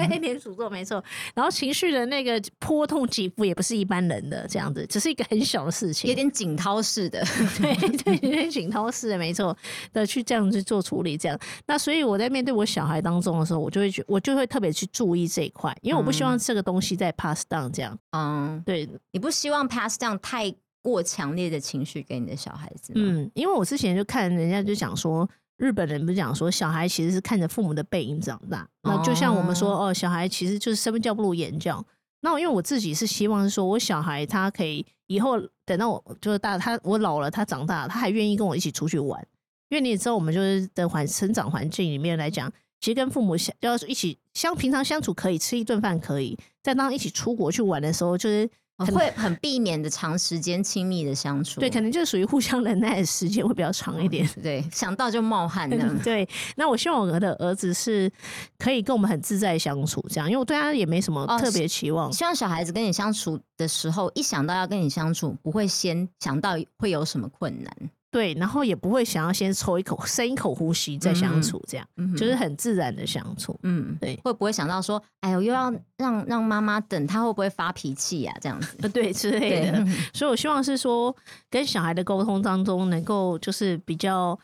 [SPEAKER 2] 黑点诅咒没错，然后情绪的那个波动起伏也不是一般人的这样子，只是一个很小的事情，
[SPEAKER 1] 有点锦涛式的，
[SPEAKER 2] 对对，有点紧涛式的没错的去这样去做处理，这样。那所以我在面对我小孩当中的时候，我就会觉我就会特别去注意这一块，因为我不希望这个东西再 pass down 这样。
[SPEAKER 1] 嗯，
[SPEAKER 2] 对，
[SPEAKER 1] 你不希望 pass down 太过强烈的情绪给你的小孩子吗？
[SPEAKER 2] 嗯，因为我之前就看人家就讲说。日本人不是讲说，小孩其实是看着父母的背影长大。那就像我们说，哦，小孩其实就是身教不如言教。那因为我自己是希望是说，我小孩他可以以后等到我就是大他我老了，他长大了，他还愿意跟我一起出去玩。因为你也知道，我们就是的环成长环境里面来讲，其实跟父母相要一起相平常相处可以，吃一顿饭可以，但当一起出国去玩的时候，就是可能
[SPEAKER 1] 哦会很避免的长时间亲密的相处。
[SPEAKER 2] 对，可能就是属于互相忍耐的时间会比较长一点。。
[SPEAKER 1] 对，想到就冒汗呢
[SPEAKER 2] 嗯对，那我希望我的儿子是可以跟我们很自在相处，这样，因为我对他也没什么
[SPEAKER 1] 哦
[SPEAKER 2] 特别期望。
[SPEAKER 1] 希望小孩子跟你相处的时候，一想到要跟你相处，不会先想到会有什么困难，
[SPEAKER 2] 对，然后也不会想要先抽一口、深一口呼吸再相
[SPEAKER 1] 嗯
[SPEAKER 2] 处，这样、
[SPEAKER 1] 嗯哼
[SPEAKER 2] 就是很自然的相处。
[SPEAKER 1] 嗯，
[SPEAKER 2] 对
[SPEAKER 1] 会不会想到说，哎，我又要让让妈妈等，她会不会发脾气啊呀、这样子，嗯
[SPEAKER 2] 呃，对之类
[SPEAKER 1] 对
[SPEAKER 2] 的，，所以我希望是说，跟小孩的沟通当中，能够就是比较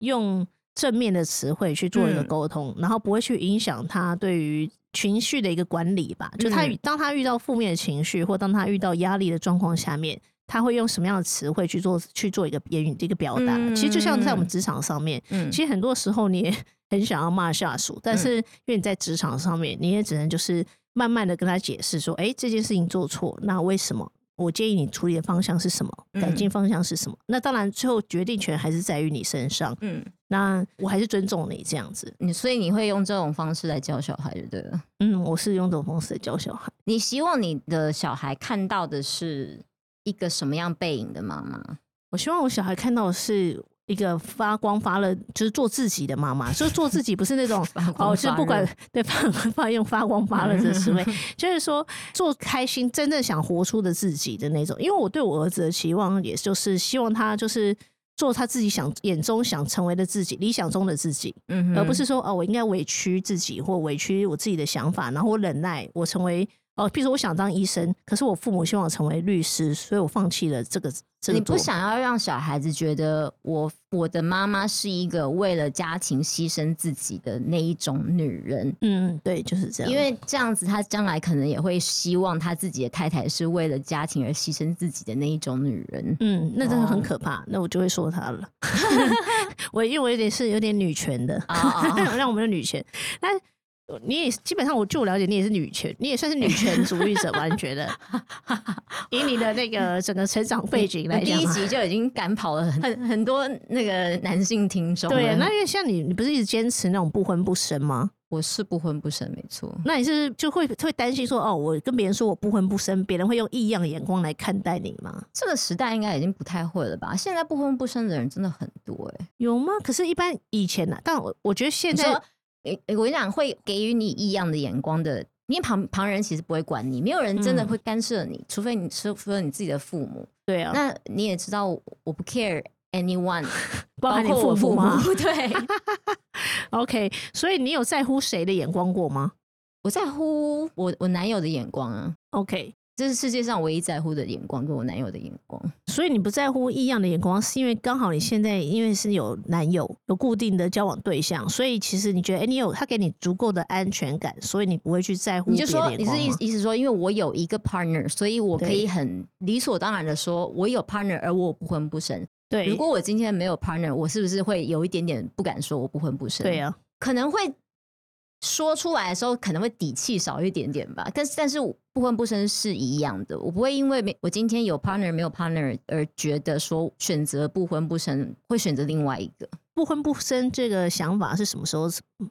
[SPEAKER 2] 用正面的词汇去做一个
[SPEAKER 1] 嗯
[SPEAKER 2] 沟通，然后不会去影响他对于情绪的一个管理吧。就他、
[SPEAKER 1] 嗯
[SPEAKER 2] 当他遇到负面的情绪，或当他遇到压力的状况下面，他会用什么样的词汇去做去做一个言语的一个表达？其实就像在我们职场上面，
[SPEAKER 1] 嗯
[SPEAKER 2] 其实很多时候你也 很想要骂下属，但是因为你在职场上面，你也只能就是慢慢的跟他解释说，哎、这件事情做错，那为什么？我建议你处理的方向是什么？
[SPEAKER 1] 嗯
[SPEAKER 2] 改进方向是什么？那当然，最后决定权还是在于你身上。
[SPEAKER 1] 嗯，
[SPEAKER 2] 那我还是尊重你这样子。
[SPEAKER 1] 你所以你会用这种方式来教小孩，就对了。
[SPEAKER 2] 嗯，我是用这种方式来教小孩。
[SPEAKER 1] 你希望你的小孩看到的是一个什么样背影的妈妈？
[SPEAKER 2] 我希望我小孩看到的是一个发光发热，就是做自己的妈妈，就是做自己，不是那种
[SPEAKER 1] 光
[SPEAKER 2] 哦，就是
[SPEAKER 1] 发
[SPEAKER 2] 不管
[SPEAKER 1] 热
[SPEAKER 2] 对发发用发光发热的 词汇，就是说做开心、真正想活出的自己的那种。因为我对我儿子的期望，也就是希望他就是做他自己想眼中想成为的自己，理想中的自己，
[SPEAKER 1] 嗯哼
[SPEAKER 2] 而不是说哦，我应该委屈自己或委屈我自己的想法，然后我忍耐，我成为哦，譬如说我想当医生，可是我父母希望我成为律师，所以我放弃了这个这个
[SPEAKER 1] 你
[SPEAKER 2] 做
[SPEAKER 1] 不
[SPEAKER 2] 法。
[SPEAKER 1] 想要让小孩子觉得我我的妈妈是一个为了家庭牺牲自己的那一种女人，
[SPEAKER 2] 嗯，对，就是这样。
[SPEAKER 1] 因为这样子，他将来可能也会希望他自己的太太是为了家庭而牺牲自己的那一种女人。
[SPEAKER 2] 嗯，那真的很
[SPEAKER 1] 哦
[SPEAKER 2] 可怕，那我就会说他 了。我因为我有点是有点女权的，
[SPEAKER 1] 啊啊 啊
[SPEAKER 2] 让我们的女权。那你也基本上，我据我了解，你也是女权，你也算是女权主义者吧？你 觉得？以你的那个整个成长背景
[SPEAKER 1] 我
[SPEAKER 2] 来
[SPEAKER 1] 第
[SPEAKER 2] 讲
[SPEAKER 1] 一
[SPEAKER 2] 啊，
[SPEAKER 1] 集就已经赶跑了很很很多那个男性听众了。
[SPEAKER 2] 对，那因为像你，你不是一直坚持那种不婚不生吗？
[SPEAKER 1] 我是不婚不生，没错。
[SPEAKER 2] 那你是就会会担心说，哦，我跟别人说我不婚不生，别人会用异样的眼光来看待你吗？
[SPEAKER 1] 这个时代应该已经不太会了吧？现在不婚不生的人真的很多哎、
[SPEAKER 2] 有吗？可是，一般以前呢、但我我觉得现
[SPEAKER 1] 你
[SPEAKER 2] 在
[SPEAKER 1] 说，诶诶我跟你讲，会给予你异样的眼光的，因为旁旁人其实不会管你，没有人真的
[SPEAKER 2] 嗯
[SPEAKER 1] 会干涉你，除非你除除了你自己的父母。
[SPEAKER 2] 对啊，
[SPEAKER 1] 那你也知道，我我不 care anyone，
[SPEAKER 2] 包含你
[SPEAKER 1] 括我
[SPEAKER 2] 父母啊吗
[SPEAKER 1] 母 对，
[SPEAKER 2] OK，所以你有在乎谁的眼光过吗
[SPEAKER 1] 我在乎我我男友的眼光啊，
[SPEAKER 2] ？OK，
[SPEAKER 1] 这是世界上唯一在乎的眼光，跟我男友的眼光。
[SPEAKER 2] 所以你不在乎异样的眼光，是因为刚好你现在因为是有男友、有固定的交往对象，所以其实你觉得，哎、你有他给你足够的安全感，所以你不会去在乎
[SPEAKER 1] 你就
[SPEAKER 2] 别人
[SPEAKER 1] 说
[SPEAKER 2] 的眼
[SPEAKER 1] 你是
[SPEAKER 2] 光
[SPEAKER 1] 意
[SPEAKER 2] 吗
[SPEAKER 1] 意思说，因为我有一个 partner，所以我可
[SPEAKER 2] 对
[SPEAKER 1] 以很理所当然的说，我有 partner，而我不婚不生。
[SPEAKER 2] 对，
[SPEAKER 1] 如果我今天没有 partner，我是不是会有一点点不敢说我不婚不生？
[SPEAKER 2] 对啊，
[SPEAKER 1] 可能会说出来的时候，可能会底气少一点点吧。但是，但是我不婚不生是一样的，我不会因为没我今天有 partner 没有 partner 而觉得说选择不婚不生会选择另外一个。
[SPEAKER 2] 不婚不生这个想法是什么时候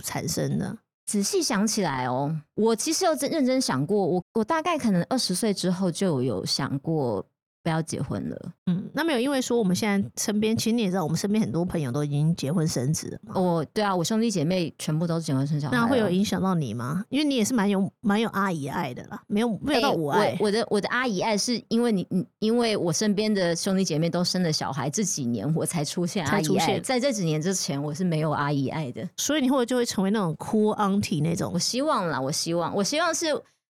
[SPEAKER 2] 产生的？
[SPEAKER 1] 仔细想起来哦，我其实有真认真想过，我我大概可能二十岁之后就有想过不要结婚了。
[SPEAKER 2] 嗯，那没有，因为说我们现在身边，其实你也知道，我们身边很多朋友都已经结婚生子了嘛，
[SPEAKER 1] 我对啊，我兄弟姐妹全部都是结婚生小孩哦了，
[SPEAKER 2] 那会有影响到你吗？因为你也是蛮有蛮有阿姨爱的啦，没有没有
[SPEAKER 1] 哎
[SPEAKER 2] 到
[SPEAKER 1] 我
[SPEAKER 2] 我爱。
[SPEAKER 1] 我的我的阿姨爱是因为你，你因为我身边的兄弟姐妹都生了小孩，这几年我才出现
[SPEAKER 2] 才
[SPEAKER 1] 阿姨
[SPEAKER 2] 出
[SPEAKER 1] 爱，
[SPEAKER 2] 现
[SPEAKER 1] 在这几年之前我是没有阿姨爱的。
[SPEAKER 2] 所以你后来就会成为那种 cool auntie 那种
[SPEAKER 1] 我，希望啦，我希望，我希望是，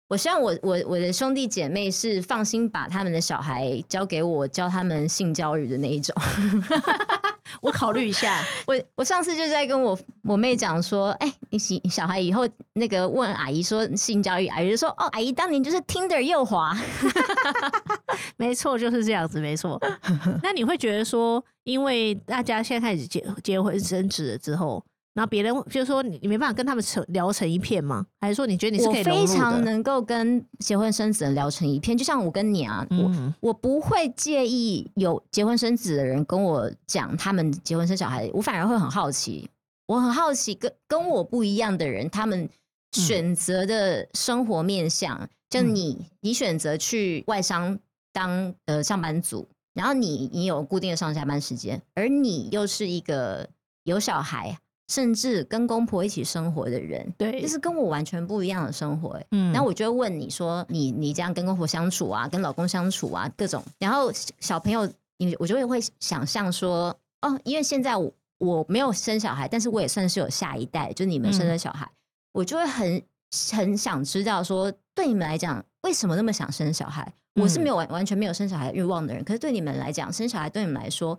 [SPEAKER 1] 我希望我我我的兄弟姐妹是放心把他们的小孩交给我，教他们性教育的那一种。
[SPEAKER 2] 我考虑一下。
[SPEAKER 1] 我我上次就在跟我我妹讲说，哎、你小小孩以后那个问阿姨说性教育，阿姨就说哦，阿姨当年就是 Tinder 右滑，
[SPEAKER 2] 没错，就是这样子，没 错。那你会觉得说，因为大家现在开始结结婚生子了之后，然后别人就是说你你没办法跟他们成聊成一片吗？还是说你觉得你是
[SPEAKER 1] 我
[SPEAKER 2] 可以融
[SPEAKER 1] 非
[SPEAKER 2] 入
[SPEAKER 1] 常
[SPEAKER 2] 的？
[SPEAKER 1] 能够跟结婚生子的人聊成一片，就像我跟你啊，我
[SPEAKER 2] 嗯，
[SPEAKER 1] 我不会介意有结婚生子的人跟我讲他们结婚生小孩，我反而会很好奇。我很好奇跟跟我不一样的人，他
[SPEAKER 2] 嗯
[SPEAKER 1] 们选择的生活面向，就
[SPEAKER 2] 嗯
[SPEAKER 1] 你你选择去外商当呃上班族，然后你你有固定的上下班时间，而你又是一个有小孩，甚至跟公婆一起生活的人，
[SPEAKER 2] 对，
[SPEAKER 1] 这是跟我完全不一样的生活、欸。
[SPEAKER 2] 嗯
[SPEAKER 1] 然后我就会问你说，你你这样跟公婆相处啊，跟老公相处啊，各种。然后小小朋友，你我就会会想象说，哦，因为现在我我没有生小孩，但是我也算是有下一代，就是你们
[SPEAKER 2] 嗯
[SPEAKER 1] 生了小孩，我就会很很想知道说，对你们来讲，为什么那么想生小孩？我是
[SPEAKER 2] 嗯
[SPEAKER 1] 没有完完全没有生小孩欲望的人，可是对你们来讲，生小孩对你们来说，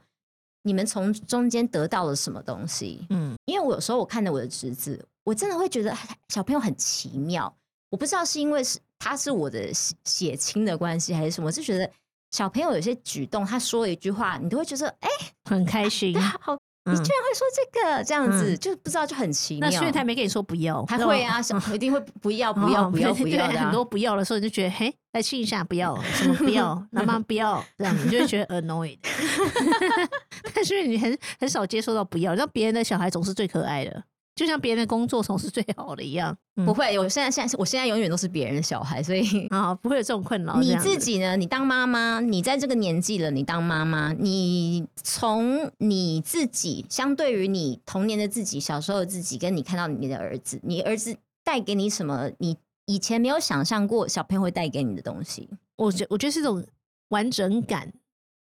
[SPEAKER 1] 你们从中间得到了什么东西？
[SPEAKER 2] 嗯
[SPEAKER 1] 因为我有时候我看着我的侄子，我真的会觉得哎小朋友很奇妙。我不知道是因为是他是我的血血亲的关系还是什么，我是觉得小朋友有些举动，他说一句话，你都会觉得哎、
[SPEAKER 2] 很开心。
[SPEAKER 1] 好，
[SPEAKER 2] 嗯
[SPEAKER 1] 你居然会说这个这样子，
[SPEAKER 2] 嗯
[SPEAKER 1] 就不知道就很奇妙。
[SPEAKER 2] 那所以他没跟你说不要，
[SPEAKER 1] 还
[SPEAKER 2] 那
[SPEAKER 1] 会啊，小一定会不要
[SPEAKER 2] 我。
[SPEAKER 1] 不要
[SPEAKER 2] 哦
[SPEAKER 1] 不要
[SPEAKER 2] 对
[SPEAKER 1] 不要
[SPEAKER 2] 对
[SPEAKER 1] 的啊、
[SPEAKER 2] 很多不要的时候，你就觉得嘿，来亲一下，不要什么不 要，妈妈不要，这样你就会觉得 annoyed。但是你很很少接受到不要，让别人的小孩总是最可爱的，就像别人的工作总是最好的一样。嗯
[SPEAKER 1] 不会，我现在现在我现在永远都是别人的小孩，所以
[SPEAKER 2] 啊，不会有这种困扰。这
[SPEAKER 1] 你
[SPEAKER 2] 样子
[SPEAKER 1] 自己呢？你当妈妈，你在这个年纪了，你当妈妈，你从你自己，相对于你童年的自己、小时候的自己，跟你看到你的儿子，你儿子带给你什么？你以前没有想象过小朋友会带给你的东西。
[SPEAKER 2] 我觉我觉得是一种完整感。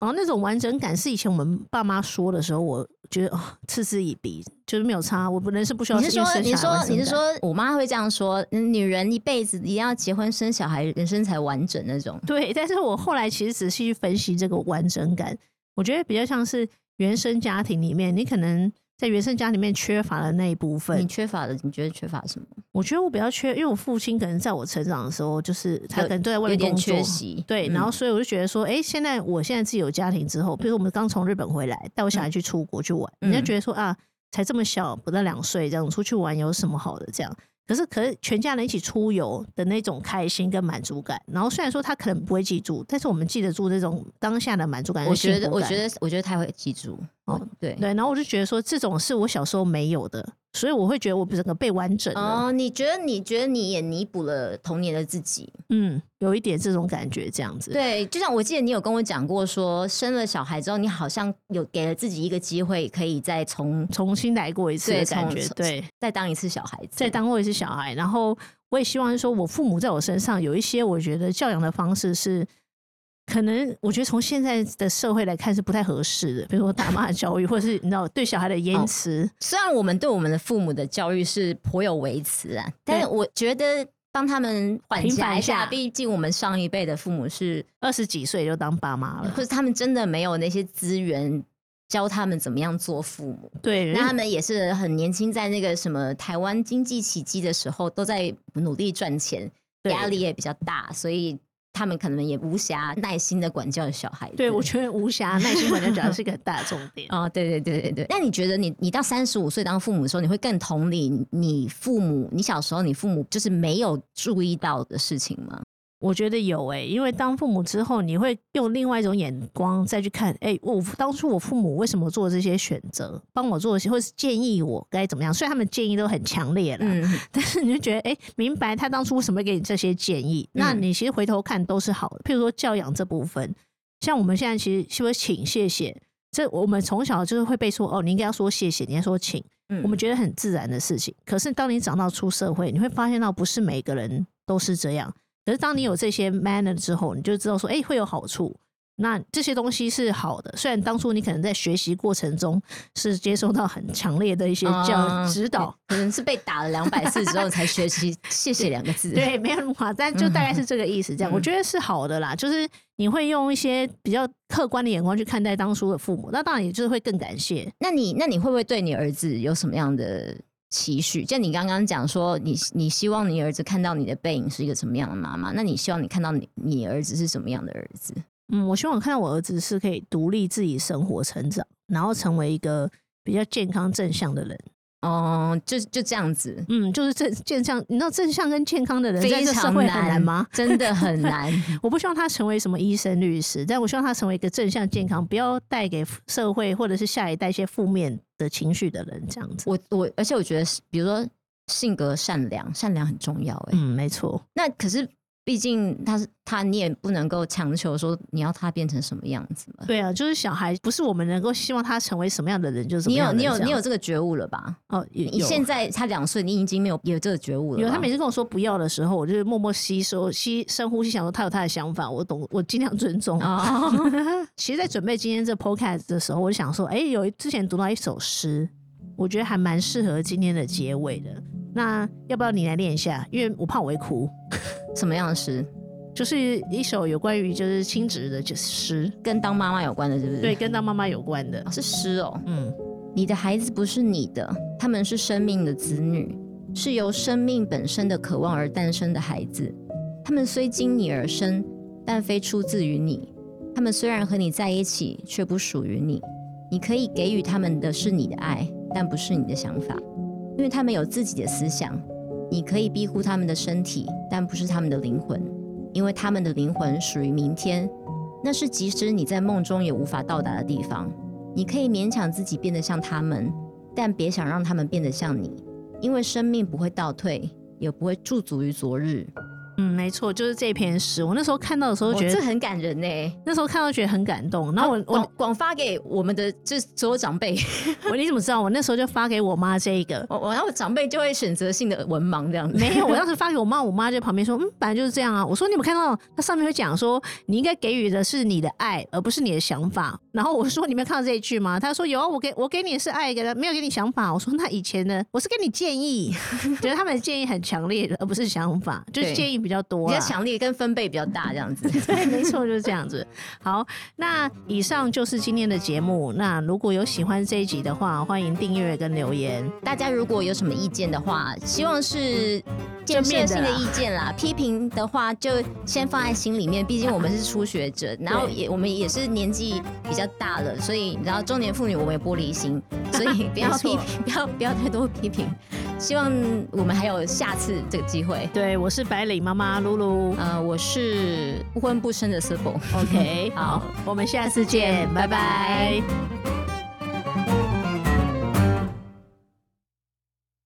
[SPEAKER 2] 然后那种完整感是以前我们爸妈说的时候，我觉得哦，嗤之以鼻，就是没有差。我不人是不需要
[SPEAKER 1] 你是
[SPEAKER 2] 因
[SPEAKER 1] 说
[SPEAKER 2] 为生，小
[SPEAKER 1] 你
[SPEAKER 2] 孩
[SPEAKER 1] 说，
[SPEAKER 2] 完整
[SPEAKER 1] 你是
[SPEAKER 2] 感
[SPEAKER 1] 说，我妈会这样说：嗯女人一辈子一定要结婚生小孩，人生才完整那 种。
[SPEAKER 2] 对，但是我后来其实仔细去分析这个完整感，我觉得比较像是原生家庭里面，你可能在原生家里面缺乏的那一部
[SPEAKER 1] 你
[SPEAKER 2] 分。
[SPEAKER 1] 缺乏的，你觉得缺乏什么？
[SPEAKER 2] 我觉得我比较缺，因为我父亲可能在我成长的时候，就是他
[SPEAKER 1] 有
[SPEAKER 2] 可能都在外
[SPEAKER 1] 有
[SPEAKER 2] 面
[SPEAKER 1] 点
[SPEAKER 2] 工作
[SPEAKER 1] 缺，席。
[SPEAKER 2] 对，
[SPEAKER 1] 嗯
[SPEAKER 2] 然后所以我就觉得说，哎、现在我现在自己有家庭之后，比如我们刚从日本回来，带我小孩去出国去玩，
[SPEAKER 1] 嗯
[SPEAKER 2] 人家觉得说啊，才这么小，不到两岁，这样出去玩有什么好的？这样，可是可是全家人一起出游的那种开心跟满足感，然后虽然说他可能不会记住，但是我们记得住这种当下的满足感
[SPEAKER 1] 我
[SPEAKER 2] 跟幸
[SPEAKER 1] 觉
[SPEAKER 2] 福
[SPEAKER 1] 得，
[SPEAKER 2] 感。
[SPEAKER 1] 我觉得，我觉得他会记住。
[SPEAKER 2] 哦
[SPEAKER 1] 哦，对，
[SPEAKER 2] 对，然后我就觉得说，这种是我小时候没有的，所以我会觉得我整个被完整了。
[SPEAKER 1] 哦，你觉得你觉得你也弥补了童年的自己？
[SPEAKER 2] 嗯，有一点这种感觉，这样子。
[SPEAKER 1] 对，就像我记得你有跟我讲过说，生了小孩之后，你好像有给了自己一个机会，可以再从
[SPEAKER 2] 重新来过一次的
[SPEAKER 1] 对
[SPEAKER 2] 感
[SPEAKER 1] 从
[SPEAKER 2] 觉，
[SPEAKER 1] 从
[SPEAKER 2] 对，
[SPEAKER 1] 再当一次小孩子。
[SPEAKER 2] 在当过一次小孩，然后我也希望是说我父母在我身上有一些我觉得教养的方式是，可能我觉得从现在的社会来看是不太合适的，比如说打骂的教育，或者是你知道对小孩的言辞，
[SPEAKER 1] 虽然我们对我们的父母的教育是颇有微词啊，但是我觉得帮他们缓
[SPEAKER 2] 平反
[SPEAKER 1] 解
[SPEAKER 2] 一
[SPEAKER 1] 一
[SPEAKER 2] 下
[SPEAKER 1] 下，毕竟我们上一辈的父母是，
[SPEAKER 2] 二十几岁就当爸妈了
[SPEAKER 1] 或，者他们真的没有那些资源教他们怎么样做父母。
[SPEAKER 2] 对，
[SPEAKER 1] 那他们也是很年轻，在那个什么台湾经济起机的时候，都在努力赚钱，
[SPEAKER 2] 对
[SPEAKER 1] 压力也比较大，所以他们可能也无暇耐心的管教小孩子。
[SPEAKER 2] 对我觉得无暇耐心管教主要是一个很大的重点。
[SPEAKER 1] 哦，对对对对对。那你觉得你你到三十五岁当父母的时候，你会更同理你你父母，你小时候你父母就是没有注意到的事情吗？
[SPEAKER 2] 我觉得有诶、因为当父母之后，你会用另外一种眼光再去看，诶、我当初我父母为什么做这些选择，帮我做，或是建议我该怎么样？虽然他们建议都很强烈啦，
[SPEAKER 1] 嗯，
[SPEAKER 2] 但是你就觉得，哎、明白他当初为什么会给你这些建议？那
[SPEAKER 1] 嗯
[SPEAKER 2] 你其实回头看都是好的，譬如说教养这部分，像我们现在其实是不是请谢谢？这我们从小就是会被说哦，你应该要说谢谢，你应该说请，
[SPEAKER 1] 嗯
[SPEAKER 2] 我们觉得很自然的事情。可是当你长到出社会，你会发现到不是每个人都是这样。可是当你有这些 manner 之后，你就知道说，哎、会有好处。那这些东西是好的，虽然当初你可能在学习过程中是接受到很强烈的一些教
[SPEAKER 1] 嗯
[SPEAKER 2] 指导，
[SPEAKER 1] 可能是被打了两百次之后才学 习“谢谢”两个字。
[SPEAKER 2] 对，没有那么夸张，但就大概是这个意思。这样，我
[SPEAKER 1] 嗯
[SPEAKER 2] 觉得是好的啦，就是你会用一些比较客观的眼光去看待当初的父母，那当然也就是会更感谢。
[SPEAKER 1] 那你那你会不会对你儿子有什么样的期许？就你刚刚讲说，你你希望你儿子看到你的背影是一个什么样的妈妈？那你希望你看到你你儿子是什么样的儿子？
[SPEAKER 2] 嗯，我希望我看到我儿子是可以独立自己生活、成长，然后成为一个比较健康正向的人。
[SPEAKER 1] 哦，就就这样子，
[SPEAKER 2] 嗯，就是正正向，你知道正向跟健康的人在
[SPEAKER 1] 非
[SPEAKER 2] 这社
[SPEAKER 1] 常
[SPEAKER 2] 会很难吗？？
[SPEAKER 1] 真的 很难。
[SPEAKER 2] 我不希望他成为什么医生、律师，但我希望他成为一个正向、健康，不要带给社会或者是下一代一些负面的情绪的人，这样子。
[SPEAKER 1] 我我，而且我觉得是，比如说性格善良，善良很重要、欸。哎、
[SPEAKER 2] 嗯，没错。
[SPEAKER 1] 那可是毕竟他是他，你也不能够强求说你要他变成什么样子嘛。
[SPEAKER 2] 对啊，就是小孩不是我们能够希望他成为什么样的人，就是什
[SPEAKER 1] 你
[SPEAKER 2] 么
[SPEAKER 1] 有
[SPEAKER 2] 样的
[SPEAKER 1] 你
[SPEAKER 2] 人
[SPEAKER 1] 有
[SPEAKER 2] 这样
[SPEAKER 1] 你有这个觉悟了吧？
[SPEAKER 2] 哦，
[SPEAKER 1] 你
[SPEAKER 2] 有
[SPEAKER 1] 现在他两岁，你已经没有有这个啊觉悟了吧。
[SPEAKER 2] 有他每次跟我说不要的时候，我就是默默吸收、吸深呼吸，想说他有他的想法，我懂，我 尽量尊重。
[SPEAKER 1] 哦，
[SPEAKER 2] 其实，在准备今天这 podcast 的时候，我就想说，哎、有一之前读到一首诗，我觉得还蛮适合今天的结尾的。那要不要你来念一下？因为我怕我会哭。
[SPEAKER 1] 什么样的事？
[SPEAKER 2] 就是一首有关于就是亲职的就是诗，
[SPEAKER 1] 跟当妈妈有关的，是不是？
[SPEAKER 2] 对，，跟当妈妈有关的
[SPEAKER 1] 哦、。是诗哦。
[SPEAKER 2] 嗯，
[SPEAKER 1] 你的孩子不是你的，他们是生命的子女，是由生命本身的渴望而诞生的孩子。他们虽经你而生，但非出自于你。他们虽然和你在一起，却不属于你。你可以给予他们的是你的爱，但不是你的想法，因为他们有自己的思想。你可以庇护他们的身体，但不是他们的灵魂，因为他们的灵魂属于明天，那是即使你在梦中也无法到达的地方。你可以勉强自己变得像他们，但别想让他们变得像你，因为生命不会倒退，也不会驻足于昨日。
[SPEAKER 2] 嗯，没错，就是这篇诗。我那时候看到的时候，
[SPEAKER 1] 我
[SPEAKER 2] 觉得、
[SPEAKER 1] 哦这很感人呢、
[SPEAKER 2] 那时候看到觉得很感动，然后我
[SPEAKER 1] 广广发给我们的这所有长辈，
[SPEAKER 2] 我我你怎么知道？我那时候就发给我妈这一个，
[SPEAKER 1] 我我然后长辈就会选择性的文盲这样子。
[SPEAKER 2] 没有，我啊当时发给我妈，我妈就在旁边说，嗯，本来就是这样啊。我说你有没有看到它上面会讲说，你应该给予的是你的爱，而不是你的想法。然后我说你没有看到这一句吗？她说有啊，我给我给你的是爱，给他没有给你想法。我说那以前呢，我是给你建议， 觉得他们的建议很强烈，而不是想法，就是
[SPEAKER 1] 对
[SPEAKER 2] 建议比较多、
[SPEAKER 1] 比
[SPEAKER 2] 啊，
[SPEAKER 1] 较强烈，跟分贝比较大这样子。
[SPEAKER 2] 对，没错，就是这样子。好，那以上就是今天的节目。那如果有喜欢这一集的话，欢迎订阅跟留言。
[SPEAKER 1] 大家如果有什么意见的话，希望是建设性的意见啦。批评的话就先放在心里面，毕竟我们是初学者，然后也我们也是年纪比较大了，所以你知道中年妇女我们也玻璃心，所以不要
[SPEAKER 2] 没
[SPEAKER 1] 批
[SPEAKER 2] 错
[SPEAKER 1] 评， 不要不要太多批评。希望我们还有下次这个机会。
[SPEAKER 2] 对我是白领妈妈露露。
[SPEAKER 1] 呃，我是不婚不生的 s i r p l
[SPEAKER 2] OK，好，我们下次见，拜拜